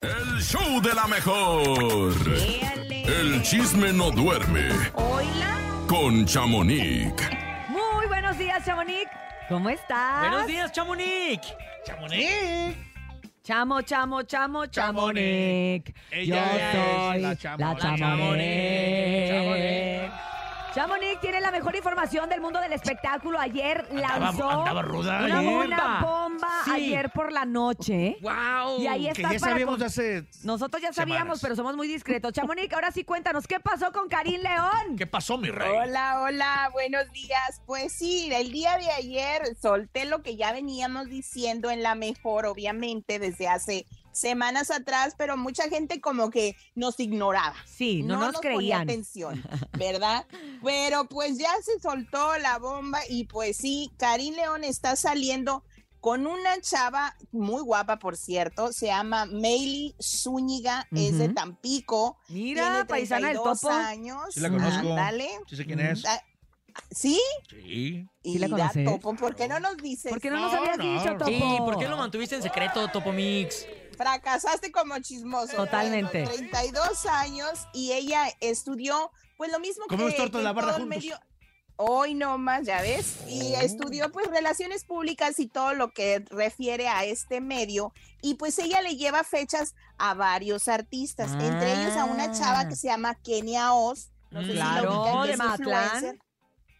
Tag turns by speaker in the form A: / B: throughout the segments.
A: El show de la mejor.
B: Éale.
A: El chisme no duerme.
B: Hola.
A: Con Chamonix.
B: Muy buenos días, Chamonix. ¿Cómo estás?
C: Buenos días, Chamonix.
D: Chamonix.
B: Chamo, chamo, chamo, Chamonix.
D: Chamonix.
B: Yo
D: Ella es
B: soy
D: la
B: la
D: Chamo-
B: Chamonix.
D: la Chamonix.
B: Chamonix.
D: Chamonix.
B: tiene la mejor información del mundo del espectáculo. Ayer
D: Andaba-
B: lanzó
D: andaba ruda
B: una,
C: ayer.
B: una bomba
C: Sí.
B: ayer por la noche.
C: Wow.
B: Y ahí
D: Que
B: está
D: ya
B: para
D: sabíamos
B: con-
D: hace.
B: Nosotros ya sabíamos,
D: semanas.
B: pero somos muy discretos. Chamonix, ahora sí cuéntanos, ¿qué pasó con Karim León?
D: ¿Qué pasó, mi rey?
E: Hola, hola, buenos días. Pues sí, el día de ayer solté lo que ya veníamos diciendo en la mejor, obviamente, desde hace semanas atrás, pero mucha gente como que nos ignoraba.
B: Sí, no, nos,
E: ponía
B: creían.
E: atención, ¿verdad? Pero pues ya se soltó la bomba y pues sí, Karim León está saliendo con una chava muy guapa, por cierto, se llama Meili Zúñiga, es de
B: Ujú.
E: Tampico,
B: Mira,
E: tiene
B: paisana del
E: 32
B: topo.
E: años.
D: Sí la conozco.
E: Ándale.
D: Sí sé quién es.
E: Da- Ah, Sí,
D: Sí.
E: y
B: Sí la
E: da
B: conoces.
E: topo, ¿por qué no nos dices?
B: ¿Por qué no nos
D: No,
B: habías
D: no.
B: dicho, Topo?
C: Sí, ¿por qué lo mantuviste en secreto, Topo Mix?
E: Fracasaste como chismoso.
B: Totalmente.
E: Bueno, 32 años y ella estudió, pues lo mismo
D: Comemos
E: que,
D: tortas
E: que
D: de la barra
E: todo el
D: juntos. Oh.
E: medio- Hoy no más, ya ves. Y estudió pues relaciones públicas y todo lo que refiere a este medio. Y pues ella le lleva fechas a varios artistas, entre ellos a una chava que se llama Kenia Oz. No sé si la
B: Ah. Claro,
E: ubican, que
B: de
E: es
B: Mazatlán.
E: influencer.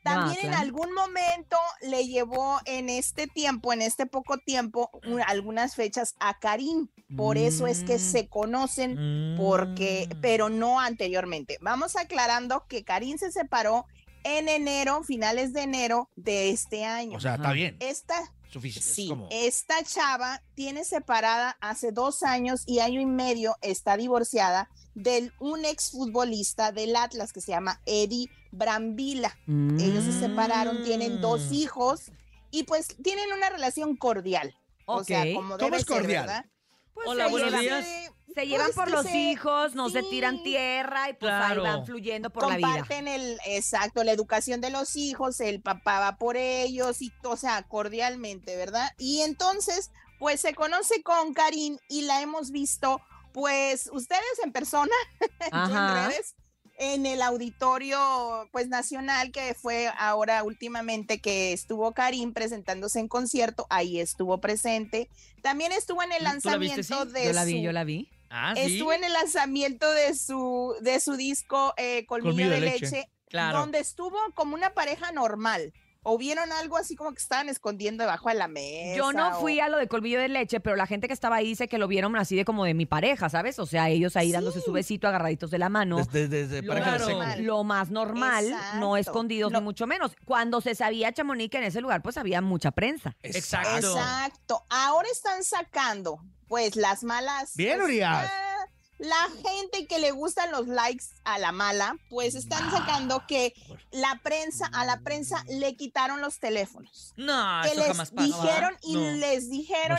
E: También en
B: Mazatlán.
E: algún momento le llevó en este tiempo, en este poco tiempo, un- algunas fechas a Karim. Por eso es
D: Mm.
E: que se conocen, porque,
C: Mm.
E: pero no anteriormente. Vamos aclarando que Karim se separó en enero, finales de enero de este año.
D: O sea, está
C: Ajá.
D: bien.
E: Esta,
D: Suficiente. es
E: sí, eh,
D: como-
E: esta chava tiene separada hace dos años y año y medio está divorciada de un exfutbolista del Atlas que se llama Eddie Brambila.
B: Mm.
E: Ellos se separaron, tienen dos
C: Mm.
E: hijos y pues tienen una relación cordial. O
B: Ok.
E: sea, como
D: ¿Cómo
E: debe
D: es
E: ser,
D: cordial?
E: ¿verdad?
B: Pues
C: Hola,
B: se
C: buenos
B: llevan-
C: días.
B: Se llevan
E: Pues
B: por
E: que
B: los
E: se-
B: hijos, no se
E: sí.
B: tiran tierra y pues
C: Claro.
B: ahí van fluyendo por la vida.
E: comparten el exacto la educación de los hijos, el papá va por ellos y o sea, cordialmente, ¿verdad? Y entonces, pues se conoce con Karim y la hemos visto pues ustedes en persona yo en redes en el auditorio pues nacional que fue ahora últimamente que estuvo Karim presentándose en concierto, ahí estuvo presente. También estuvo en el
C: ¿Tú la viste,
E: lanzamiento
C: sí?
E: de
B: Yo la vi,
E: su-
B: yo la vi.
C: Ah, sí.
E: Estuvo en el lanzamiento de su, de su disco eh, Colmillo,
D: Colmillo
E: de,
D: de leche.
E: leche,
C: Claro.
E: donde estuvo como una pareja normal. O vieron algo así como que estaban escondiendo debajo de la mesa.
B: Yo no fui
E: o-
B: a lo de colmillo de leche, pero la gente que estaba ahí dice que lo vieron así de como de mi pareja, ¿sabes? O sea, ellos ahí dándose su besito, agarraditos de la mano.
D: Desde, desde
C: Lo
D: pareja de
C: claro.
D: seco.
B: Lo más normal, no
E: Exacto.
B: escondidos
E: No.
B: ni mucho menos. Cuando se sabía Chamonix que en ese lugar pues había mucha prensa.
C: Exacto.
E: Exacto. Ahora están sacando, pues, las malas.
D: Bien,
E: pues,
D: Urias.
E: ah, La gente que le gustan los likes a la mala, pues
D: Ah,
E: están sacando que la prensa, a la prensa le quitaron los teléfonos.
C: No,
D: Ah,
E: que
C: eso
E: les
C: jamás pasa.
E: dijeron y
C: No.
E: les dijeron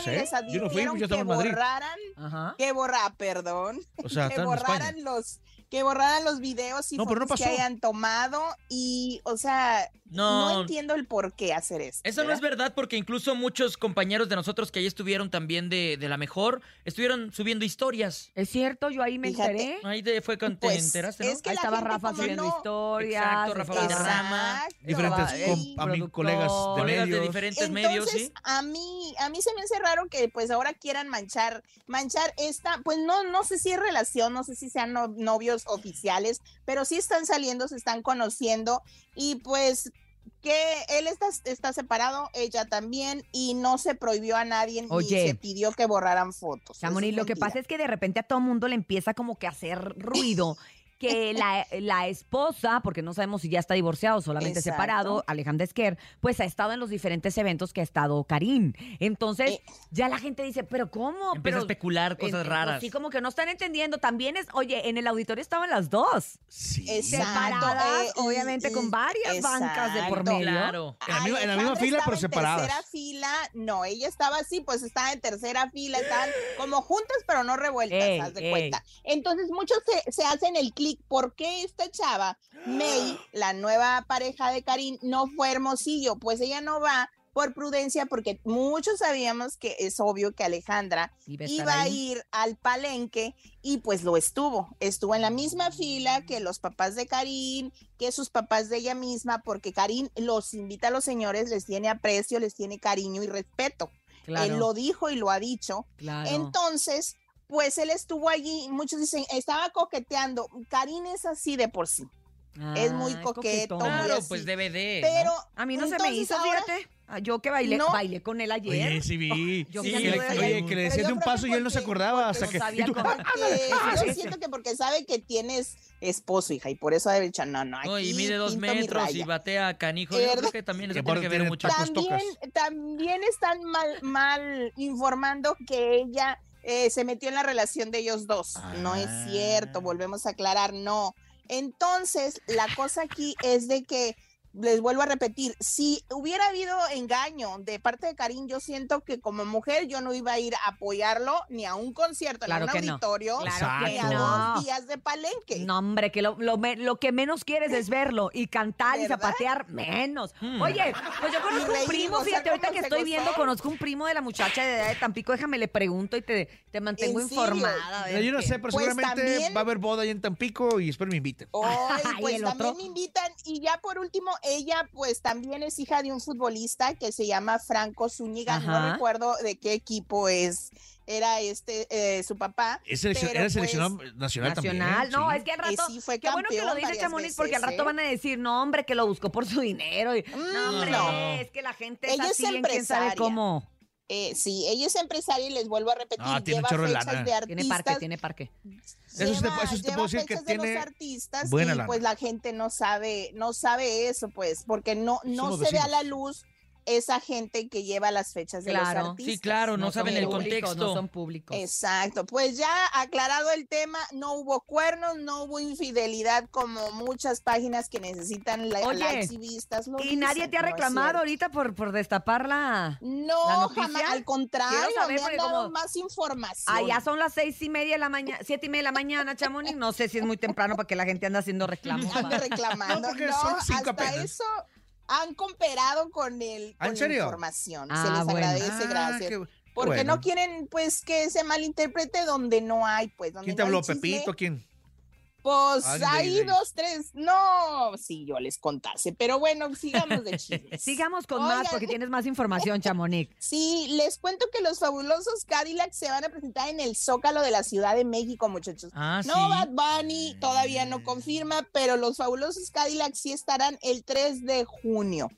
D: No sé,
E: y les
D: yo no fui, pues, yo
E: advirtieron
D: estaba
E: que
D: en Madrid.
E: borraran,
B: Ajá.
E: que borra, perdón,
D: O sea,
E: que
D: está en España.
E: borraran los que borraran los videos y
D: No, pero no
E: fotos que
D: pasó.
E: hayan tomado y o sea, no,
C: No,
E: entiendo el por qué hacer esto.
C: Eso no es
E: ¿verdad?
C: verdad porque incluso muchos compañeros de nosotros que ahí estuvieron también de, de la mejor, estuvieron subiendo historias.
B: Es cierto, yo ahí me
E: Fíjate.
B: enteré.
C: Ahí te fue cuando te
E: Pues,
C: enteraste, ¿no?
E: es que
B: ahí
E: la
B: estaba
E: gente
B: Rafa
E: como
B: subiendo
E: no-
B: historias.
C: Exacto, Rafa
B: estaba-
C: Valderrama.
D: Diferentes
E: Ay,
D: com- a mí,
B: productor,
D: colegas de
C: Colegas de
D: medios.
C: diferentes medios,
E: Entonces,
C: ¿sí?
E: a mí, a mí se me hace raro que pues ahora quieran manchar, manchar esta, pues no, no sé si es relación, no sé si sean no- novios oficiales, pero sí están saliendo, se están conociendo y pues que él está, está separado, ella también, y no se prohibió a nadie
B: Oye.
E: ni se pidió que borraran fotos.
B: Chamonix, lo que pasa es que de repente a todo mundo le empieza como que a hacer ruido. Que la, la esposa, porque no sabemos si ya está divorciado, solamente
E: Exacto.
B: separado, Alejandra Esquer, pues ha estado en los diferentes eventos que ha estado Karim. Entonces,
E: Eh.
B: ya la gente dice, ¿pero cómo?
C: Empieza
B: pero,
C: a especular cosas
B: en- en-
C: raras.
B: Sí, como que no están entendiendo. También es, oye, en el auditorio estaban las dos.
D: Sí.
E: Exacto.
B: Separadas,
E: eh,
B: obviamente,
E: y-
B: con varias
E: exacto.
B: bancas de por medio.
C: Claro.
D: En la misma- en la misma
E: Alejandra
D: fila,
E: estaba
D: pero
E: en
D: separadas.
E: tercera fila, no, ella estaba así, pues estaba en tercera fila, estaban como juntas, pero no revueltas,
B: Ey,
E: haz de
B: ey.
E: cuenta. Entonces, muchos se, se hacen el clic, ¿por qué esta chava, May, la nueva pareja de Karim, no fue a Hermosillo? Pues ella no va por prudencia, porque muchos sabíamos que es obvio que Alejandra
B: Iba a estar
E: iba a
B: ahí.
E: ir al palenque y pues lo estuvo. Estuvo en la misma fila que los papás de Karim, que sus papás de ella misma, porque Karim los invita a los señores, les tiene aprecio, les tiene cariño y respeto.
B: Claro,
E: Él lo dijo y lo ha dicho.
B: claro.
E: Entonces, pues él estuvo allí, muchos dicen, estaba coqueteando. Karim es así de por sí, es muy
B: Ay,
E: coqueto,
B: coquetón.
E: muy
C: Claro,
E: así.
C: pues DVD.
E: pero...
B: A mí no se me
E: entonces
B: hizo,
E: ahora-
B: fíjate. Ah, Yo que bailé,
E: No.
B: bailé con él ayer.
D: Oye, sí vi.
B: Yo
D: Sí,
B: me
D: que le-
B: acuerdo.
D: oye, que le decías
E: Pero
D: de
E: yo
D: un
E: creo
D: paso
E: que
D: y él no se
E: porque-
D: acordaba
E: porque
D: hasta
B: no
D: que.
B: sabía
D: y tú,
B: cómo-
D: ¡ah!
E: Porque yo
B: sí, sí.
E: siento que porque sabe que tienes esposo, hija, y por eso ha de haber dicho, no, no, aquí
C: No, y mide dos
E: pinto mi
C: metros y
E: raya".
C: batea canijo.
E: De
C: Yo creo
E: verdad.
C: que también
D: Que
C: eso tiene
D: aparte
C: que ver
D: tiene
C: mucho.
D: tacos
E: También,
D: tocas.
E: también están mal, mal informando que ella eh, se metió en la relación de ellos dos. No es cierto,
D: Ah.
E: volvemos a aclarar, no. Entonces, la cosa aquí es de que, les vuelvo a repetir, si hubiera habido engaño de parte de Karim, yo siento que como mujer yo no iba a ir a apoyarlo ni a un concierto,
B: Claro
E: ni a
B: que
E: un
B: no.
E: auditorio,
B: Claro que
E: ni a
D: Exacto.
E: dos
B: no.
E: días de palenque.
B: No, hombre, que lo, lo me- lo que menos quieres es verlo y cantar y
E: ¿Verdad?
B: zapatear menos.
D: Hmm.
C: Mm.
B: Oye, pues yo conozco
E: reír,
B: un primo,
E: o sea,
B: fíjate, ahorita
E: ¿cómo
B: que
E: se
B: estoy viendo,
E: gozaron?
B: conozco un primo de la muchacha de edad de Tampico, déjame le pregunto y te, te mantengo
E: ¿En serio?
B: informada. a ver
D: Yo no
B: qué.
D: sé, pero
E: Pues
D: seguramente
E: también-
D: va a haber boda ahí en Tampico y espero me inviten.
E: Ay,
B: Ay,
E: pues
B: el
E: también
B: otro.
E: me invitan. Y ya por último, ella pues también es hija de un futbolista que se llama Franco Zúñiga.
B: Ajá.
E: No recuerdo de qué equipo es. Era este eh, su papá.
D: Es seleccion-
E: Pero,
D: era
E: pues,
D: seleccionado nacional, también. ¿eh?
B: Nacional. No,
D: sí.
B: es que al
E: que
B: rato.
E: sí fue
B: Qué bueno que
E: campeón
B: lo dice
E: varias
B: Chamonix, porque al
E: veces,
B: rato
E: ¿eh?
B: van a decir, no, hombre, que lo buscó por su dinero. y, no,
E: Mm,
B: hombre,
E: no.
B: es que la gente es
E: Ella es
B: así bien, quién sabe
E: empresaria.
B: cómo.
E: Eh, sí, ella es empresaria y les vuelvo a repetir,
D: Ah, tiene un
E: lleva
D: chorro de
E: fechas
D: lana.
E: de artistas.
B: Tiene parque, tiene parque.
D: Eso sí te-
E: lleva-
D: eso sí te
E: lleva
D: puedo decir que
E: fechas de los
D: tiene
E: artistas
D: buena
E: y
D: lana.
E: pues la gente no sabe, no sabe eso, pues, porque no, no
D: Somos
E: se ve a
D: vecinos.
E: la luz esa gente que lleva las fechas de
B: Claro.
E: los
B: Sí,
E: artistas.
C: Sí, claro, no,
B: son
C: saben el
B: públicos,
C: contexto.
B: No son públicos.
E: Exacto, pues ya aclarado el tema, no hubo cuernos, no hubo infidelidad como muchas páginas que necesitan la,
B: Oye,
E: likes y vistas. lo
B: Y nadie
E: dicen,
B: te ha
E: no es
B: reclamado
E: cierto.
B: ahorita por, por destaparla. la
E: No,
B: noticia.
E: jamás, al contrario,
B: Quiero saber
E: me han
B: porque
E: dado
B: como-
E: más información.
B: Ah, ya son las seis y media de la mañana, siete y media de la mañana, Chamonix. No sé si es muy temprano para que la gente anda haciendo reclamos.
E: Ando reclamando.
D: No,
E: No,
D: porque son cinco
E: hasta
D: apenas.
E: eso han cooperado con el
D: ¿Ah, en
E: con la
D: serio?
E: información. Se
B: Ah,
E: les
B: bueno.
E: agradece,
D: Ah,
E: gracias.
D: qué bu- qué
E: Porque
D: bueno.
E: no quieren pues que se malinterprete donde no hay, pues donde
D: ¿Quién te
E: no hay
D: habló,
E: chisme.
D: Pepito? Ah, ¿Quién?
E: Pues
D: Alguien de ahí, de
E: ahí
D: ahí.
E: dos, tres. No, si yo les contase. Pero bueno, sigamos de chismes.
B: Sigamos con más
E: Oigan.
B: porque tienes más información, Chamonix.
E: Sí, les cuento que los fabulosos Cadillacs se van a presentar en el Zócalo de la Ciudad de México, muchachos.
C: Ah, sí.
E: No, Bad Bunny todavía no confirma, pero los fabulosos Cadillacs sí estarán el 3 de junio.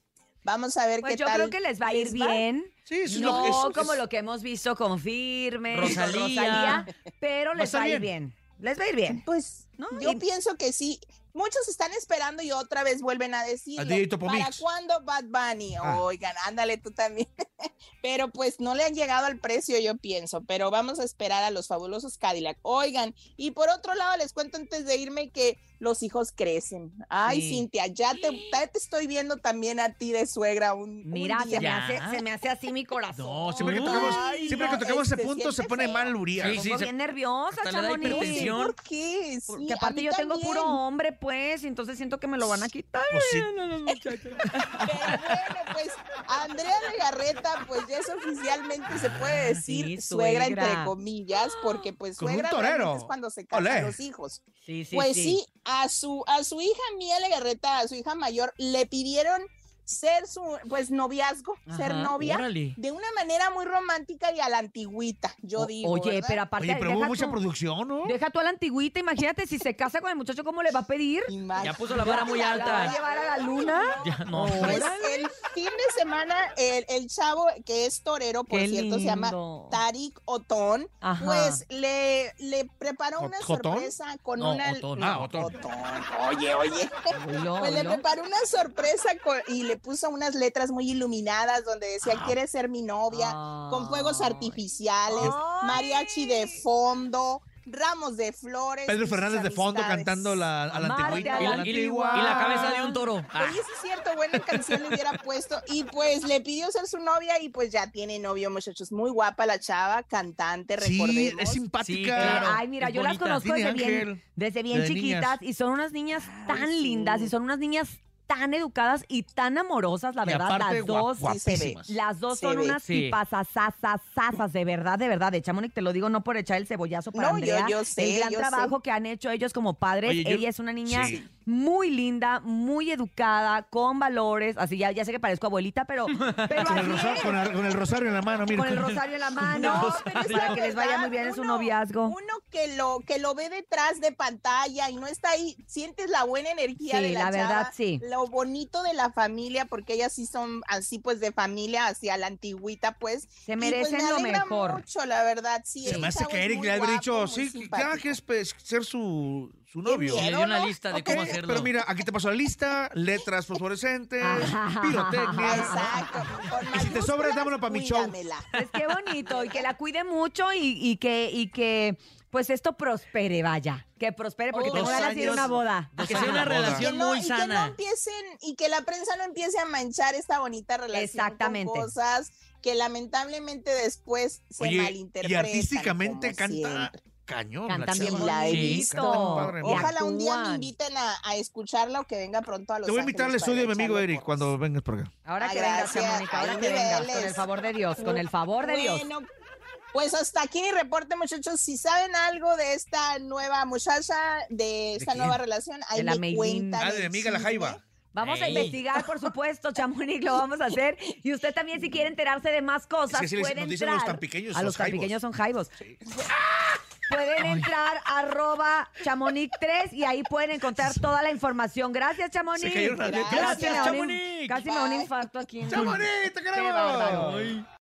E: Vamos a ver
B: Pues
E: qué
B: yo
E: tal.
B: creo que les va a ir
E: les va?
B: bien.
D: Sí, eso es lo
B: no
D: que eso-
B: como
D: es-
B: lo que hemos visto con Firme, con
C: Rosalía.
B: Rosalía, pero
D: Va a
B: les va,
D: estar
B: a ir bien. Les va a ir bien.
E: Pues
B: ¿no?
E: yo
B: Y-
E: pienso que sí. Muchos están esperando y otra vez vuelven a decir.
D: A DJ Topo
E: ¿Para
D: Mix.
E: cuándo Bad Bunny?
D: Ah.
E: Oigan, ándale tú también. pero pues no le han llegado al precio, yo pienso. Pero vamos a esperar a los fabulosos Cadillac. Oigan, y por otro lado, les cuento antes de irme que los hijos crecen. Ay,
C: Sí.
E: Cintia, ya te, ya te estoy viendo también a ti de suegra un. un
B: mira, se
E: día.
B: me,
C: Ya.
B: hace, se me hace así mi corazón.
D: No, siempre que tocamos,
E: Ay,
D: siempre que
E: no,
D: tocamos
E: es-
D: ese
E: se
D: punto se
E: siente
D: pone
E: feo.
D: mal Urias.
B: Me
C: Sí,
B: pongo
C: se-
B: bien nerviosa,
C: hasta le da
B: Chamonix.
C: hipertensión.
E: ¿Por qué? Sí,
B: Porque
E: a
B: aparte
E: mí
B: yo tengo
E: también.
B: puro hombre, pues, entonces siento que me lo van a quitar.
D: Pues sí.
E: Pero bueno, pues Andrea Legarreta, pues ya es oficialmente se puede decir
B: Sí,
E: suegra,
B: suegra.
E: entre comillas, porque pues
D: Como un
E: suegra
D: torero.
E: realmente es cuando se casan
D: Olé.
E: los hijos.
C: Sí, sí,
E: pues sí. a su a su hija Mía Legarreta, a su hija mayor, le pidieron ser su pues noviazgo, ser
C: Ajá,
E: novia.
C: Ah, órale.
E: De una manera muy romántica y a la antigüita, yo
B: O-
E: digo.
B: Oye,
E: ¿verdad?
B: pero aparte.
D: Oye, pero hubo
B: deja
D: mucha
B: tú-
D: producción, ¿no?
B: Deja tú a la antigüita, imagínate, si se casa con el muchacho, ¿cómo le va a pedir?
E: Imagínate.
C: Ya
B: pues,
C: puso la vara muy
E: La
B: ¿La va a
C: alta.
B: llevar a la luna?
C: Ya, no.
E: Pues, el fin de semana, el, el chavo que es torero, por
B: Qué
E: cierto, se llama
B: lindo.
E: Tarik Otón,
B: Ajá.
E: pues le, le preparó
D: ¿Jot-
E: una
D: Jotón?
E: sorpresa con
C: No,
E: una.
C: Otón.
E: no,
D: Ah, Otón.
E: Oye, oye.
B: Oílo,
E: Pues le
B: oílo.
E: preparó una sorpresa con- y le puso unas letras muy iluminadas donde decía:
D: Ah.
E: ¿Quieres ser mi novia? Con fuegos
B: Ay.
E: artificiales,
B: Ah. Ay.
E: mariachi de fondo, ramos de flores. y
D: Pedro
E: sus
D: Fernández de fondo
E: amistades.
D: cantando la, a la
B: Amarte
D: antigüita.
B: a
C: Y
B: la
C: la, y- y la cabeza de un toro. Ah,
E: Oye, sí es cierto, buena canción le hubiera puesto. Y pues le pidió ser su novia y pues ya tiene novio, muchachos. Muy guapa la chava, cantante,
D: Sí,
E: recordemos.
D: es
C: Sí,
D: simpática.
C: claro.
B: Ay, mira,
C: es
B: yo las
C: bonita.
B: conozco
D: Tiene
B: desde bien,
D: ángel.
B: desde bien
D: Desde niñas.
B: chiquitas y son unas niñas tan
E: sí.
B: lindas y son unas niñas tan educadas y tan amorosas, la
D: y
B: verdad.
D: aparte,
B: las dos,
D: guap-
E: sí se ve.
D: guapísimas.
B: Eh, las dos
E: Se
B: son
E: ve.
B: unas
C: Sí.
B: tipazazazazazas, de verdad, de verdad. De Chamonix, te lo digo no por echar el cebollazo para
E: No, yo-
B: Andrea.
E: yo sé,
B: el gran
E: yo sé.
B: trabajo que han hecho ellos como padres.
D: Oye, yo-
B: Ella es una niña
D: Sí.
B: muy linda, muy educada, con valores. Así ya, ya sé que parezco abuelita, pero, pero
D: Con el,
B: así
D: rosario,
B: es.
D: con, el, con el rosario en la mano, mira.
B: Con el rosario en la mano.
E: No, pero es
B: para
E: la
B: que les vaya
E: verdad,
B: muy bien en su
E: uno-
B: noviazgo.
E: Uno que lo, que lo ve detrás de pantalla y no está ahí, sientes la buena energía
B: Sí,
E: de la,
B: la verdad,
E: chava,
B: sí.
E: Lo bonito de la familia, porque ellas sí son así pues de familia hacia la antigüita, pues.
B: Se
E: Y, pues,
B: merecen
E: me
B: lo
E: alegra
B: mejor.
E: mucho, la verdad, sí.
D: Se
E: el
D: me hace
E: chavo
D: que
E: es
D: Eric
E: muy
D: le habría
E: guapa,
D: dicho,
E: muy
D: sí, ya
E: simpático.
D: que es pues, ser su, su novio.
C: Y le
E: miedo. Pero
C: dio una
E: no,
C: lista de
E: ok,
D: Ok,
C: cómo hacerlo.
D: Pero mira, aquí te paso la lista, letras fosforescentes, pirotecnia.
E: Exacto. con
D: Y si te sobra,
E: mayúsculas,
D: dámelo pa' mi show.
E: cuídamela.
B: Pues qué bonito y que la cuide mucho y, y que y que pues esto prospere, vaya, que prospere porque
C: Oh,
B: tengo
D: dos
B: ganas de ir a
D: años.
B: una boda.
C: que sea Pues una
D: Boda.
E: Y que
C: relación
E: no-
C: muy
E: y que no
C: sana.
E: empiecen y que la prensa no empiece a manchar esta bonita relación
B: Exactamente.
E: con cosas que lamentablemente después se
D: Oye, y
E: malinterpretan.
D: artísticamente
E: como
D: canta
E: siempre.
D: cañón.
B: Cantan
D: chava.
E: bien bonito.
D: Sí, canta bien padre.
B: y
E: Ojalá un día me
B: actúan.
E: inviten a, a escucharla o que venga pronto a los
D: Te voy a invitar al
E: Ángeles para
D: estudio de mi amigo
E: echarle
D: Eric
E: porras.
D: cuando vengas por acá.
B: Ahora
E: Ah,
B: que vengas,
E: gracias.
B: Chamonix, ahora
E: Hay
B: que vengas, con
E: niveles.
B: el favor de Dios, con el favor de Dios.
E: Bueno, pues hasta aquí mi reporte, muchachos. Si saben algo de esta nueva muchacha, de esta
D: quién?
E: nueva relación, ahí
B: De la
E: me
B: Meilín.
E: cuentan.
D: Ah,
E: el
D: de mi amiga la
E: chisme.
D: Jaiba.
B: Vamos a
C: Ey.
B: investigar, por supuesto, Chamonix, lo vamos a hacer. Y usted también, si quiere enterarse de más
D: Es
B: cosas,
D: que así les-
B: puede
D: nos dicen
B: entrar.
D: los tan pequeños,
B: a
D: los
B: los tan
D: jaivos.
B: pequeños son jaivos. Pueden entrar arroba chamonix3 y ahí pueden encontrar toda la información. Gracias, Chamonix.
D: Se cayeron las letras.
B: Casi me da un in-
C: Chamonix.
B: Casi me da un
E: Bye.
B: infarto aquí. en-
D: ¡Chamonix, te
B: bárbaro.
D: queremos!